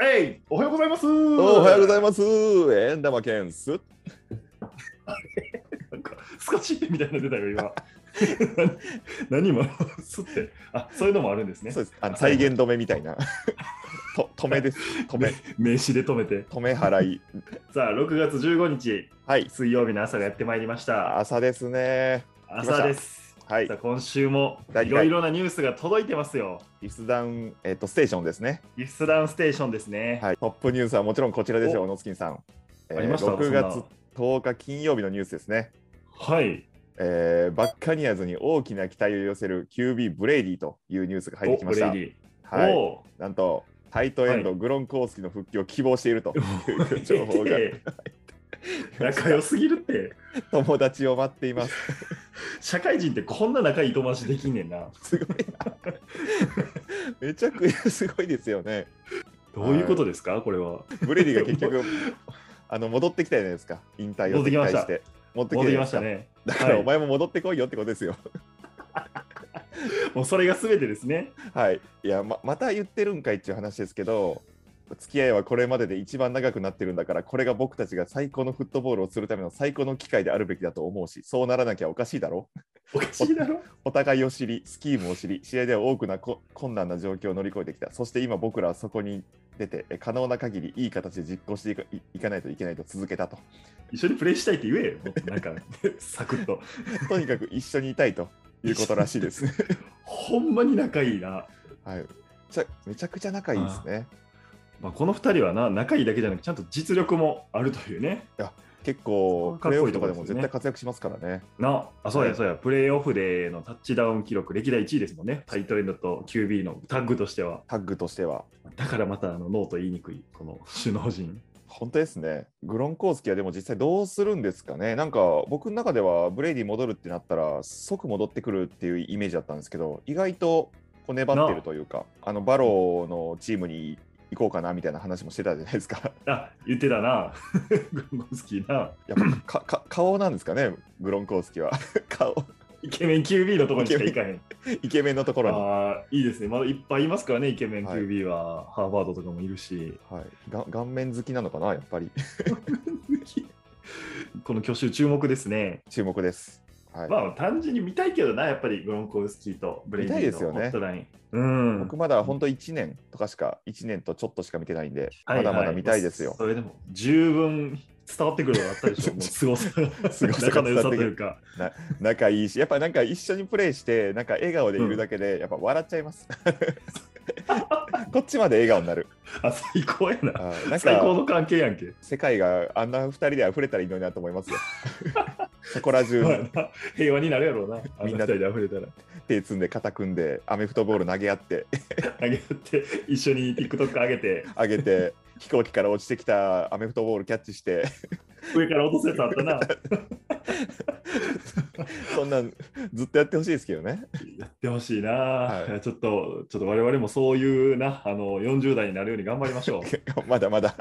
レイおはようございますおはようございますえんだまけんすなんか、スカチッペみたいなの出たよ、今。 何今、すって。あ、そういうのもあるんですね。そうですあの再現止めみたい なと止めです止め名刺で止めて。止め払いさあ、6月15日、はい水曜日の朝がやってまいりました。朝ですね朝です。はいさあ、今週も第い二回ろいろなニュースが届いてますよ。リスダウンえっ、とステーションですねリスダウンステーションですね。はいトップニュースはもちろんこちらですよ小野月さん、えーありました6そん月10日金曜日のニュースですねなはい。えーバッカニアーズに大きな期待を寄せる QB ブレイディというニュースが入ってきましおたブ。レイデはィい、おなんとタイトエンド、グロンコースキの復帰を希望しているというー情報が 仲良すぎるって。友達を待っています。社会人ってこんな仲いい友達できんねんな。すごいな。めちゃくちゃすごいですよね。どういうことですか、これは。ブレイディが結 局あの戻ってきたじゃないですか、引退を撤回して。持って戻っじゃないてきまでしすかた。ね。だからはいお前も戻ってこいよってことですよ。 もうそれが全てですね。はい、いやままた言ってるんかいっていう話ですけど付き合いはこれまでで一番長くなってるんだからこれが僕たちが最高のフットボールをするための最高の機会であるべきだと思うしそうならなきゃおかしいだろおかしいだろお互いを知りスキームを知り試合では多くなこ困難な状況を乗り越えてきたそして今僕らはそこに出てえ可能な限りいい形で実行していかいいかないといけないと続け たと一緒にプレイしたいって言えよ。もうなんか、サクッと。とにかく一緒にいたいということらしいです、ほんまに仲いいな。はい、ちゃめちゃくちゃ仲いいですねまあ、この2人はな、仲いいだけじゃなくちゃんと実力もあるというね。結構かプレっーこオいいフととこかでですよねも絶対活躍しますからねなあ、そうはや、いそうや、プレイオフでのタッチダウン記録、歴代1位ですもんね。タイトエンドと QB のタッグとしては。タッグとしてはだからまたあのノーと言いにくい、この首脳陣。本当ですね。グロンコースキはでも実際どうするんですかね。なんか僕の中ではブレイディ戻るってなったら即戻ってくるっていうイメージだったんですけど、意外とこう粘ってるというか、あのバローのチームに行こうかなみたいな話もしてたじゃないですか。 あ、言ってたな。 グロンゴスキーな。やっぱかか顔なんですかね、グロンコースキは。 顔、イケメン QB のところにしか行かへん。イケメンのところに。あーいいですね、まだいっぱいいますからね、イケメンはい QB は、ハーバードとかもいるし、はい、が顔面好きなのかな、やっぱり この去就注目ですね。注目です。はいまあ、単純に見たいけどな、やっぱりグロンコウスキーとブレイデ見たいでィすのよホねットライン。うん僕まだ本当1年とかしか、1年とちょっとしか見てないんで、はいはいまだまだ見たいですよ。それでも十分伝わってくるのがあったで しょ、もうすごさが、すごさ仲がの伝良わさっとてくるいうか、仲いいし、やっぱなんか一緒にプレイして、なんか笑顔でいるだけで、やっぱ笑っちゃいます。 こっちまで笑顔になる。あ最高やな、あーなん最か高の関係やんけ。世界があんな二人で溢れたらいいのになと思います よ。そこら中まあな平和になるやろうな、あのみん二な人で溢 れたら。手積んで肩組んでアメフトボール投げ合ってあげて、一緒に TikTok 上げて、あげ て飛行機から落ちてきたアメフトボールキャッチして上から落とせやつあったな。そんなんずっとやってほしいですけどね。 やってほしいな、いちょっと、ちょっと我々もそういうな、あの40代になるように頑張りましょう。まだまだ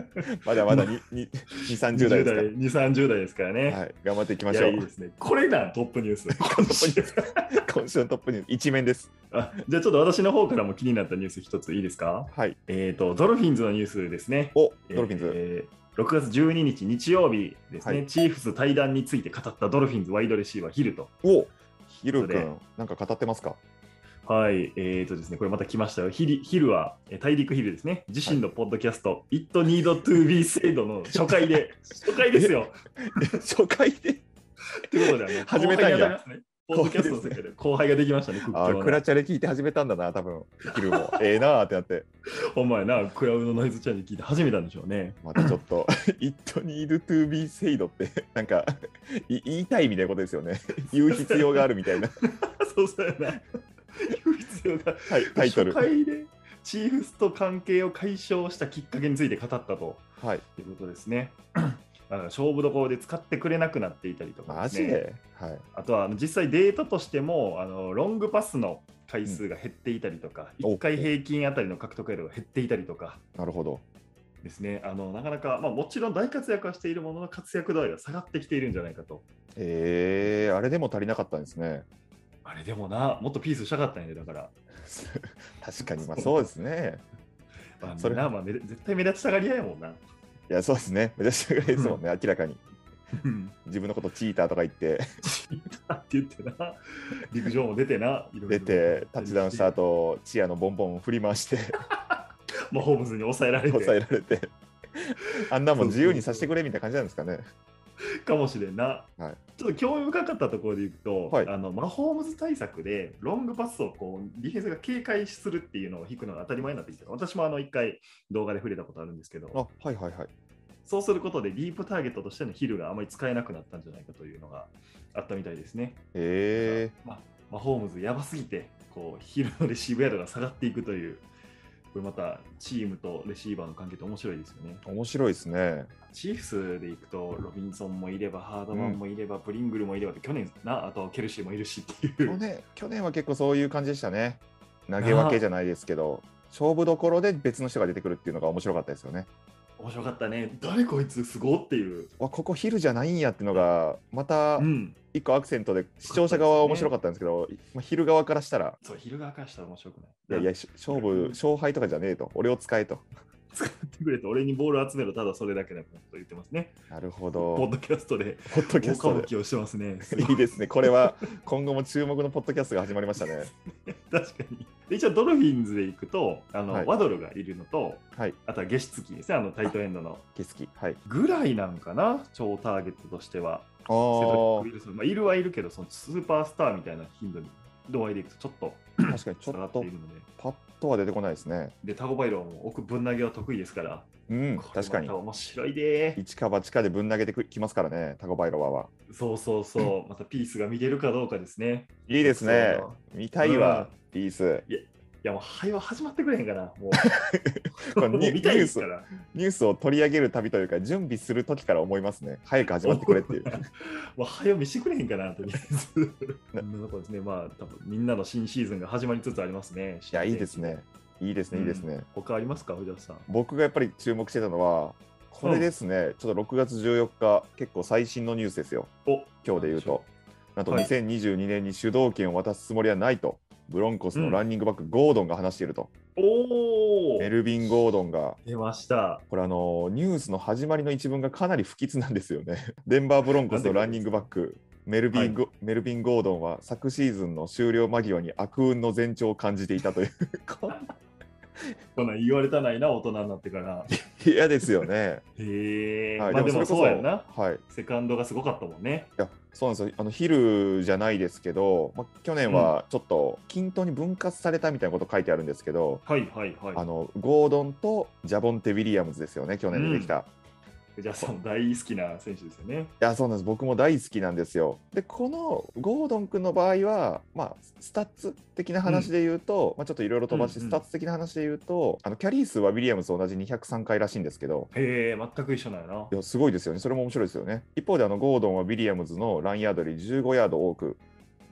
まだまだにに二三十代20で代、す2、30代ですからかね。ら。はい、頑張っていきまいしやょ。いいうですね。これだ、トップニュー ス。今週のトップニュース一面です。 あじゃあちょっと私の方からも気になったニュース一ついいですかはい。えっ、と、ドルフィンズのニュースですね。おドルフィンズ。えー6月12日日曜日ですね、はいチーフス対談について語ったドルフィンズワイドレシーバーヒルと。おヒルという君、なんか語ってますかはい、えーとですね、これまた来ましたよ。ヒリヒルは、えー大陸ヒルですね、自身のポッドキャスト、It Need to Be 制度の初回 で、初回ですよ。初回でということで、あ の始めたんや後輩に当りますねポッドキャストの世界で後輩ができましたね、屈あ強ークな。ラチャレ聞いて始めたんだな、多分ヒルも。 ええなーってなって、お前な、クラウドノイズチャンネル聞いて始めたんでしょうね。またちょっと、It need to be said って、 なんかい言いたいみたいなことですよね。言う必要があるみたいな、 そうそうやな。言う必要がはい、タイトル。初回でチーフスと関係を解消したきっかけについて語ったとはい、いうことですね。 あの勝負どころで使ってくれなくなっていたりとか、マジで、はい、あとはあの実際データとしてもあのロングパスの回数が減っていたりとか、うん1回平均あたりの獲得エラーが減っていたりとかなるほど。ですね、あのなかなか、まあ、もちろん大活躍はしているものの活躍度合いが下がってきているんじゃないかと。えー、あれでも足りなかったんですね。 あれでもな、もっとピースしたかったんやで、だから。確かに、まあそうですね。まあ、それみんなまあめ絶対目立ちたがり屋やも んな。 いや、そうですね。めちゃくちゃぐらいですもんね、明らかに。うん自分のことチーターとか言って、って言ってな、陸上も出てな、いろいろ出て、タッチダウンした後、チアのボンボンを振り回して、マホームズに抑えられ抑えてられ て、あんなもん自由にさせてくれみたいな感じなんですかね。かもしれんな、はいちょっと興味深かったところでいくと、はいあのマホームズ対策でロングパスをこうディフェンスが警戒するっていうのを引くのが当たり前になってきて私もあの一回動画で触れたことあるんですけあ、どはいはいはい。そうすることでディープターゲットとしてのヒルがあまり使えなくなったんじゃないかというのがあったみたいですね。えまあ、マホームズやばすぎてこうヒルのレシーブヤードが下がっていくというこれまたチームとレシーバーの関係って面白いですよね。ー、面白いですね。チーフスで行くと、ロビンソンもいれば、ハードマンもいれば、ブリングルもいれば、去年な、あとケルシーもいるしってい去う。年去年は結構そういう感じでしたね。投げ分けじゃないですけど、勝負どころで別の人が出てくるっていうのが面白かったですよね。面白かったね。誰こいつすごっていう。わ、ここヒルじゃないんやっていうのが、またうん。一個アクセントで、視聴者側は面白かったんですけど、まあ、ヒル側からしたら、そう、昼側からしたら面白くない。いやいや、し勝負、勝敗とかじゃねえと、俺を使えと。使ってくれと、俺にボール集めろ、ただそれだけだこと言ってますね。なるほポど。ッドキャストで、ポッドキャ大スト歌舞で。伎をしてますね。すごい いいですね。これは今後も注目のポッドキャストが始まりましたね。確かに。で一応、ドルフィンズで行くと、あの、はいワドルがいるのと、はい、あとはゲシツキですね、あのタイトエンドの。ゲスキ。はい。ぐらいなんかな、超ターゲットとしては。あセドリック・ーウィルソン、まあ、いるはいるけど、そのスーパースターみたいな頻度に度合いでいくとちょっと確かにち下ょがっっていとるので、パッとは出てこないですね。でタゴバイローも奥ぶん投げは得意ですから、うん、これ確かにまた。面白いでー一か八かでぶん投げてくきますからね、タコバイロワは。そうそうそう、またピースが見れるかどうかですね。いいですね。見たいわ、ピー ス。いやもう、会話始まってくれへんかな、も う。これもうニュ見たいですから。ニュースを取り上げる旅というか、準備する時から思いますね。早く始まってくれ っていう。もう早見してくれへんかな、とりあえ ず。なそんなとこですね、まあ、多分みんなの新シーズンが始まりつつありますね。いや、いいですね。。いいですね、いいですね。他ありますか、藤田さん。僕がやっぱり注目してたのは、これですね、ちょっと6月14日、結構最新のニュースですよ、お今日で言うと。なんとはい2022年に主導権を渡すつもりはないと、ブロンコスのランニングバック、ゴードンが話していると、おメールビン・ゴードンが、出ました。これ、あのニュースの始まりの一文がかなり不吉なんですよね。 デンバー・ブロンコスのランニングバック、メルビンゴ・メルビンゴードンは昨シーズンの終了間際に悪運の前兆を感じていたという、 こんこんなん言われたないな、大人になっ てから。嫌ですよね。へえ、はいまあでもそれそうやんな。こそはい、セカンドがすごかったもんね。いやそうなんですよあのヒルじゃないですけど、まあ、去年はちょっと均等に分割されたみたいなこと書いてあるんですけど、はいはいはい。あのゴードンとジャボンテ・ウィリアムズですよね去年出てきた、いジャスさん大好きな選手ですよね。やそうなんです僕も大好きなんですよでこのゴードン君の場合は、まあ、スタッツ的な話で言うと、まあ、ちょっといろいろ飛ばして、うんうんスタッツ的な話で言うとあのキャリー数はウィリアムズと同じ203回らしいんですけどへえ、全く一緒なんやな。いやすごいですよねそれも面白いですよね一方であのゴードンはウィリアムズのラインヤードより15ヤード多く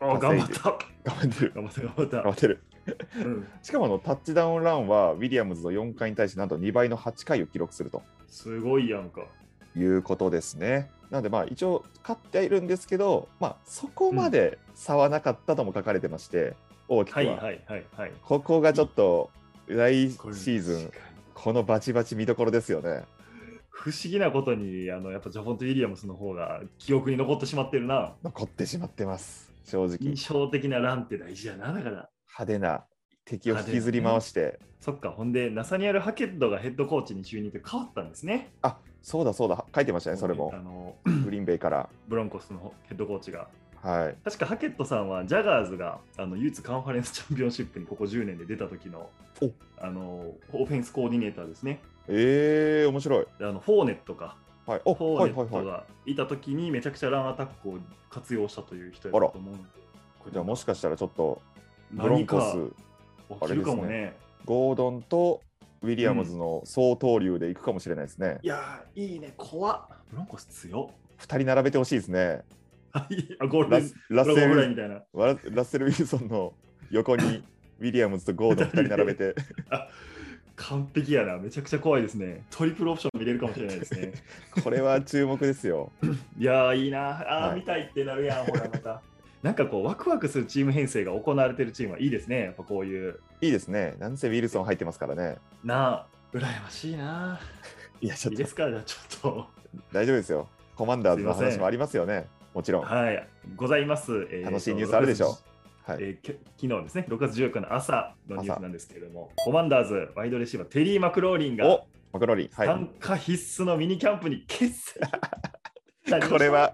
あ、頑張った。頑張ってる頑張った、頑張った頑張。ってるうん、しかもあのタッチダウンランはウィリアムズの4回に対してなんと2倍の8回を記録するとすごいやんか。いうことですね。なのでまあ一応勝ってはいるんですけど、まあ、そこまで差はなかったとも書かれてまして、大きくはは、いはいはいはい。ここがちょっと来シーズンこれ確かにこのバチバチ見どころですよね。不思議なことに、あのやっぱジャポンとウィリアムスの方が記憶に残ってしまってるな。残ってしまってます正直印象的なランって大事やな、だから。派手な敵を引きずり回して、そっか、ほんで、ナサニアル・ハケッドがヘッドコーチに就任って変わったんですね。あそうだそうだ書いてましたねそれもあのグリーンベイから。ブロンコスのヘッドコーチが。はい、確かハケットさんはジャガーズがあの唯一カンファレンスチャンピオンシップにここ10年で出た時のおあのオフェンスコーディネーターですね。えー、面白い。あのフォーネットか。はい、おフォーはいネはいッはトい。がいた時にめちゃくちゃランアタックを活用したという人だと思うので。これじゃあもしかしたらちょっとブロン何コかス、起きるかもあれね。ゴードンとウィリアムズの総投流でいくかもしれないですね。いやー、いいね、怖っ。ブロンコス強っ。二、人並べてほしいですね。あいいあゴールデランスララッゴセールフライみたいな。わらラッセル・ウィルソンの横にウィリアムズとゴードン二人並べ て、完璧やな。めちゃくちゃ怖いですね。トリプルオプション見れるかもしれないですね。これは注目ですよ。いやーいいなあー、はい見たいってなるやんほらまた なんかこうワクワクするチーム編成が行われてるチームはいいですねやっぱこういういいですね。なんせウィルソン入ってますからね。なあ羨ましいな。いや、ちょっいいとですか、じゃあちょっ大丈夫ですよ。コマンダーズのすいませ話んもありますよね。もちろと。ん。はい、ございます。えー楽しいニュースあるでしょはえい。ーき昨日ですね、6月14日の朝のニュースなんですけれども、コマンダーズワイドレシーバー、テリー・マクローリンがおマクローリン。は参加必須のミニキャンプに決戦。い。 これは、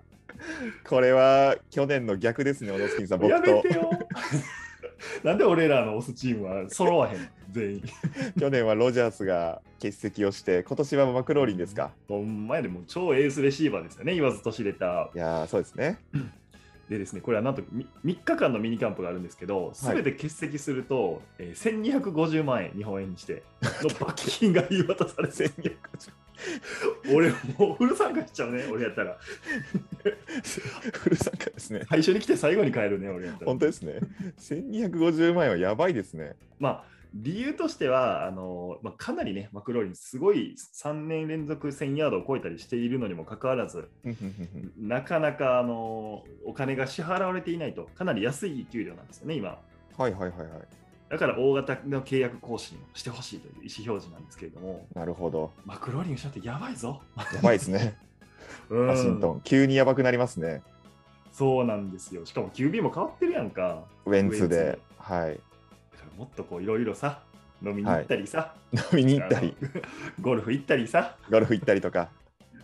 これは去年の逆ですね、オノスキンさん。僕やめとてよ。 なんで俺らのオスチームは揃わへん、全員。去年はロジャースが欠席をして、今年はマクローリンですか。ほんまやでもう超エースレシーバーですよね、言わずと知れた。いやー、そうです ね。でですね、これはなんとみ3日間のミニキャンプがあるんですけど、すべて欠席すると、えー1250万円、日本円にして、の罰金が言い渡さ れて、俺、もうフル参加しちゃうね、俺やったら。フル参加ですね。最初に来て最後に帰るね、俺やったら。本当ですね。1250万円はやばいですね。まあ理由としては、あのまあ、かなりね、マクローリン、すごい3年連続1000ヤードを超えたりしているのにもかかわらず、なかなかあのお金が支払われていないと、かなり安い給料なんですよね、今。はいはいはいはい。だから大型の契約更新をしてほしいという意思表示なんですけれども、なるほど。マクローリン社ってやばいぞ、やばいですね。うんワシントン。急にやばくなりますね。 そうなんですよ。しかも QB も変わってるやんか。ウェンツウェンでツ。はい。だからもっとこういろいろさ、飲みに行ったりさ、飲みに行ったり、あのゴルフ行ったりさ、ゴルフ行ったりとか、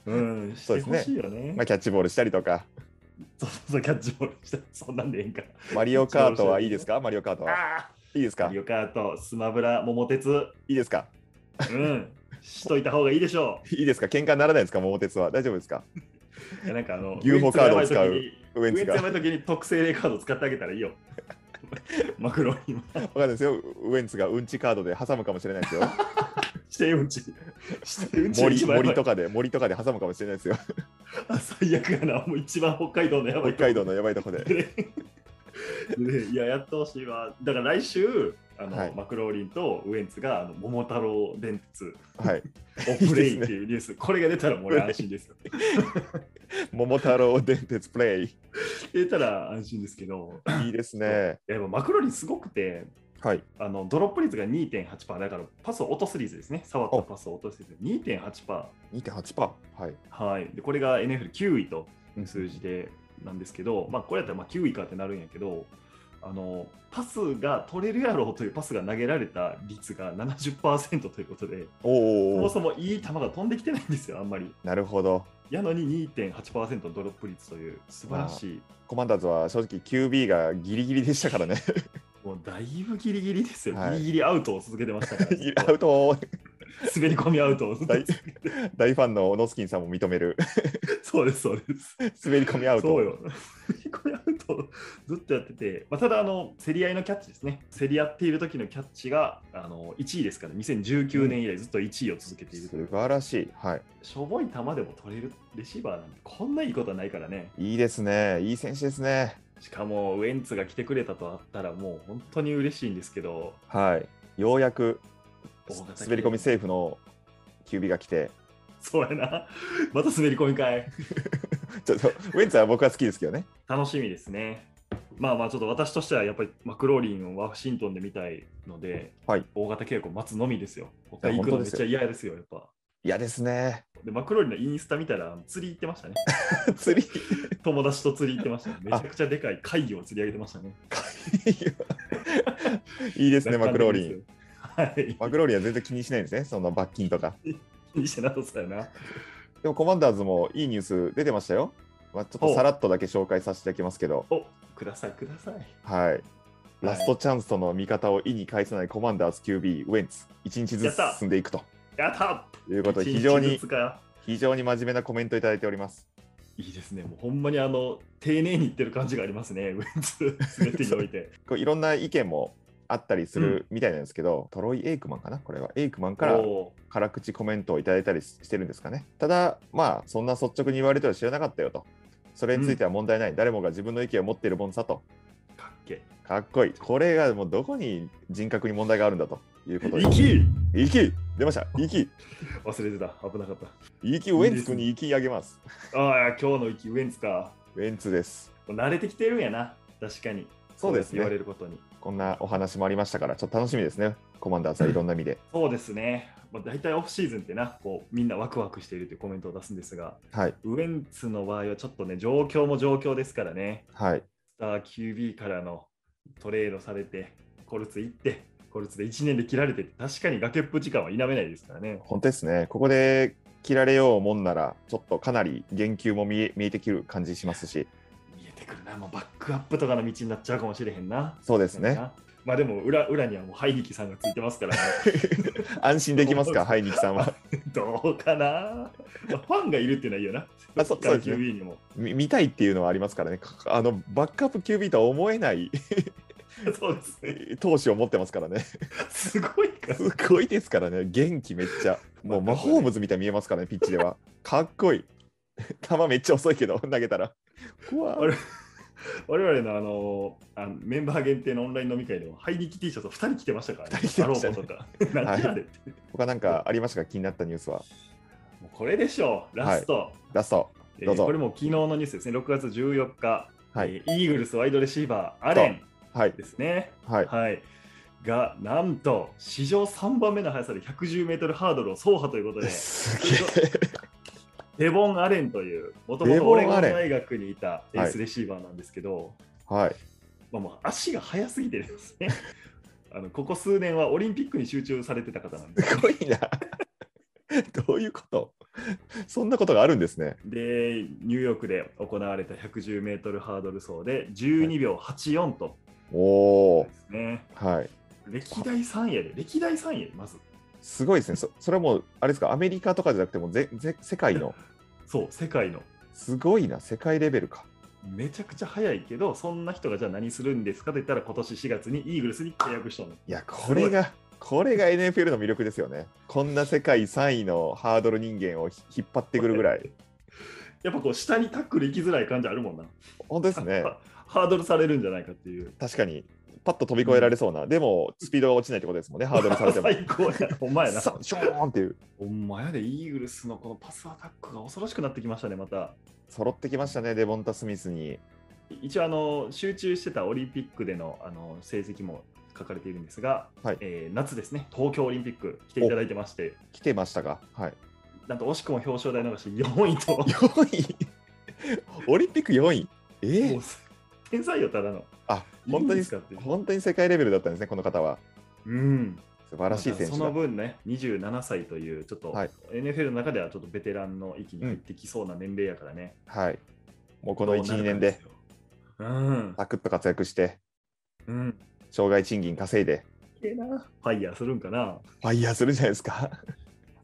うん、し そうてですほねしいよね。まあ、キャッチボールしたりとか、そうそうそう、キャッチボールした。そんなんでええ んか。マリオカートはいいですかマリオカートは。ああいいですマかリオカート、スマブラ、桃鉄、ういいですかん、しといた方がいいでしょいいですか喧嘩にならないですか桃鉄は。大丈夫ですかう。いやなんかあの、牛歩カードを使うウエンツがやばいウエンツが。わ時にウエンツやばい時に特製レイカード使ってあげたらいいよ。 マクロにも。かんないですよ。ウエンツがうんちカードで挟むかもしれないですよ。してうんち。して うんちが森一番やばい森とかで、森とかで挟むかもしれないですよ。あ最悪やな。もう一番北海道のやばい北とこ。海道のやばいとこで。で でいや、やってほしいわ。だから来週、あのはいマクローリンとウエンツがあの桃太郎電鉄はい。オプレイっていうニュース、これが出たらもう俺安心です よ。桃太郎電鉄プレイ。 出たら安心ですけど、いいですね。いやでもマクローリンすごくて、はい。あのドロップ率が2.8%だからパスを落とす率ですね、触ったパスを落とす率2.8%。 2.8%。はい。はい、でこれが NFL9 位とうん数字でなんですけど、まあ、これやったらまあ9位かってなるんやけどあのパスが取れるやろうというパスが投げられた率が70%ということでおーそおもーおーそもいい球が飛んできてないんですよあんまりなるほど。やのに2.8%のドロップ率という素晴らしいコマンダーズは正直 QB がギリギリでした からね。もうだいぶギリギリですよ、はいギリギリアウトを続けてましたから ずっとアウト滑り込みアウトをずっと 大大ファンのオノスキンさんも認める そうですそうです滑り込みアウトそうよ。 これアウトをずっとやってて、まあ、ただあの、競り合いのキャッチですね、競り合っている時のキャッチがあの1位ですから、2019年以来ずっと1位を続けているという、素晴らしい、はしょぼい球でも取れるレシーバーなんて、こんないいことはないからね、い、いいですねいい選手ですねしかもウエンツが来てくれたとあったら、もう本当に嬉しいんですけど、はいようやく大型系滑り込みセーフの QB が来てそうやな、 また滑り込みかい、ちょっとウェンツは僕は好きですけどね楽しみですね。まあまあちょっと私としてはやっぱりマクローリンをワシントンで見たいので、はい大型稽古待つのみですよ。他行くのめっちゃ嫌ですよ、やっぱ。嫌です ねで、マクローリンのインスタ見たら釣り行ってましたね。 釣り友達と釣り行ってましたね。めちゃくちゃでかい貝魚を釣り上げてましたね。 いいですねマクローリンン。はい。マクローリンは全然気にしないんですねその罰金とか気にしてなさそうやな。でもコマンダーズもいいニュース出てましたよ、まあ、ちょっとさらっとだけ紹介させていただきますけどおください、ください。はい。ラストチャンスとの味方を意に介さないコマンダーズ QB、ウェンツ、1日ずつ進んでいくとやったいうことで、一日非常ずにつ、か非常に真面目なコメントいただいております。いいですね。もうほんまにあの、丁寧に言ってる感じがありますね。ウエンツ、全てにおいて。こういろんな意見もあったりするみたいなんですけど、トロイ・エイクマンかな、これは。エイクマンからお辛口コメントをいただいたりしてるんですかね。ただ、まあ、そんな率直に言われては知らなかったよと。それについては問題ない、誰もが自分の意見を持っているもんさと。ーかっけかっこいい。これがもうどこに人格に問題があるんだということでえ。。息息出ました息忘れてた。危なかった。息ウェンツ君に息あげます。ああ、今日の息、ウエンツか。ウェンツです。もう慣れてきてるんやな。確かに。そうですね言われることに。こんなお話もありましたから、ちょっと楽しみですね、コマンダーズはいろんな意味で。そうですね。まあ、大体オフシーズンってな、こうみんなワクワクしているというコメントを出すんですが、はい、ウエンツの場合はちょっとね、状況も状況ですからね、はい、スター QB からのトレードされて、コルツ行って、コルツで1年で切られて、確かに崖っぷち感は否めないですからね。本当ですね、ここで切られようもんなら、ちょっとかなり言及も見え見えてくる感じしますし、見えてくるな、もうバックアップとかの道になっちゃうかもしれへんな。そうですね、。まあでも裏裏にはもうハイニキさんがついてますから、ね、 安心できますか、ハイニキさんは。どうかな、まあファンがいるっていうのはいいよな。あそうそうですね QB にも。み見たいっていうのはありますからね、かあのバックアップ QB とは思えない そうですね。投資を持ってますからね、すごいから。すごいですからね、元気めっちゃ、もうマホームズみたいに見えますからね、ピッチでは。かっこい い。球めっちゃ遅いけど、投げたら。うわあれ我々のあのあのメンバー限定のオンライン飲み会でも、ハイニキ T シャツを2人着てましたからね、二人着てましたねアローボとか。何やでって、他なんかありましたか、気になったニュースは。もうこれでしょう、ラスト。ラスト。えーどうぞこれも昨日のニュースですね、6月14日、はい、えーイーグルスワイドレシーバー、アレンはい、ですね。はい。はいがなんと史上3番目の速さで110メートルハードルを走破ということで、すデボン・アレンという、もともデとボオンレゴアンレン大学にいたエースレシーバーなんですけど、え。はい。まあ、もう足が速すぎてですね あのここ数年はオリンピックに集中されてた方なんですごいな。 どういうことそんなことがあるんですね。でニューヨークで行われた 110m ハードル走で12秒84とおお。ですね、はい。歴代3位やで歴代3位やでまずすごいですね。そそれはもう、あれですか、アメリカとかじゃなくてもうぜぜ、世界の。そう世界のすごいな、世界レベルか。めちゃくちゃ速いけどそんな人がじゃあ何するんですかと言ったら今年4月にイーグルスに契約したのいや、これが、これが NFL の魅力ですよね。こんな世界3位のハードル人間をひ引っ張ってくるぐらい。やっぱこう下にタックル行きづらい感じあるもんな、本当ですね。 ハードルされるんじゃないかっていう確かに、パッと飛び越えられそうな。でも、スピードが落ちないってことですもんね、ハードルされて も。最高やお前やなさショーンっていう。ほんまやで、イーグルスのこのパスアタックが恐ろしくなってきましたね、また。揃ってきましたね、デボンタ・スミスに。一応あの、集中してたオリンピックでのあの成績も書かれているんですが、はいえー夏ですね、東京オリンピック来ていただいてまして、来てましたが、はい、なんと惜しくも表彰台逃し4位と、 4位、オリンピック4位、えもうー、天才よ、ただの。あ本当いいんにですかっていう本当に世界レベルだったんですね、この方は。うん、素晴らしい選手まあそのだ。分ね、27歳という、ちょっと、はい NFL の中ではちょっとベテランの域に入ってきそうな年齢やからね。はい、もうここの1、2年で、うん、サクッと活躍して、うん、障害賃金稼いで、いけなファイヤーするんかな。ファイヤーするじゃないですか。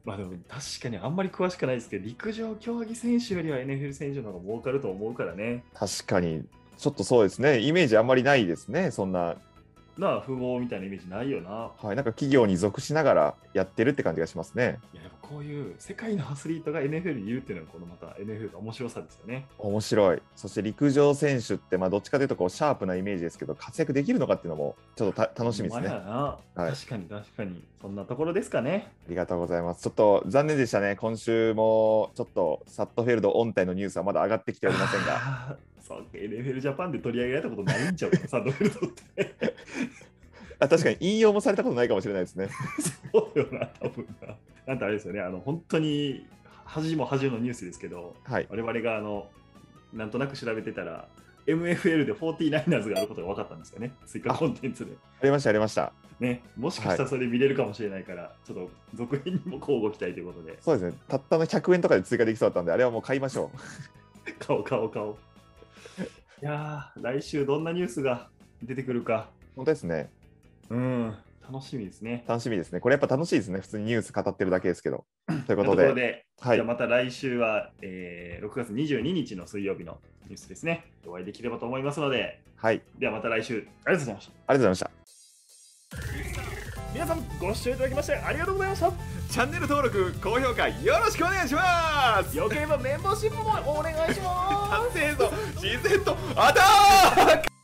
まあでも確かにあんまり詳しくないですけど、陸上競技選手よりは NFL 選手の方が儲かると思うからね。確かに、ちょっとそうですね、イメージあんまりないですね、そんな、なあ、富豪みたいなイメージないよな。はい、なんか企業に属しながらやってるって感じがしますね。いや、やっぱこういう世界のアスリートが NFL にいるっていうのが、このまた NFL の面白さですよね。面白い。そして陸上選手って、まあ、どっちかというとこうシャープなイメージですけど、活躍できるのかっていうのも、ちょっとた楽しみですねまあ。やなはい確かに確かに。そんなところですかね。ありがとうございます。ちょっと残念でしたね。今週もちょっとサットフェルド音体のニュースはまだ上がってきておりませんが、 が。そうか、NFL ジャパンで取り上げられたことないんちゃ うかな、サンドフェルトって。あ確かに引用もされたことないかもしれないですね。そうよな、多分な。なんてあれですよね、あの、本当に恥も恥のニュースですけど、はい。我々があのなんとなく調べてたら MFL で 49ers があることが分かったんですよね、追加コンテンツで。ありました、ありました。ね、もしかしたらそれ見れるかもしれないから、ちょっと続編にも交互期待ということ で、そうですね。たったの100円とかで追加できそうだったんで、あれはもう買いましょう。 顔、顔、顔。いやー、来週どんなニュースが出てくるか、本当ですね。うん、楽しみですね。楽しみですね。これやっぱ楽しいですね。普通にニュース語ってるだけですけど。というとこいうこととで、で、はじいゃあ。また来週は、えー6月22日の水曜日のニュースですね、お会いできればと思いますので、はい。ではまた来週、ありがとうございました。ありがとうございました。皆さん、ご視聴いただきましてありがとうございました。チャンネル登録、高評価よろしくお願いします よければメンバーシップもお願いします。成度、自然と、アタック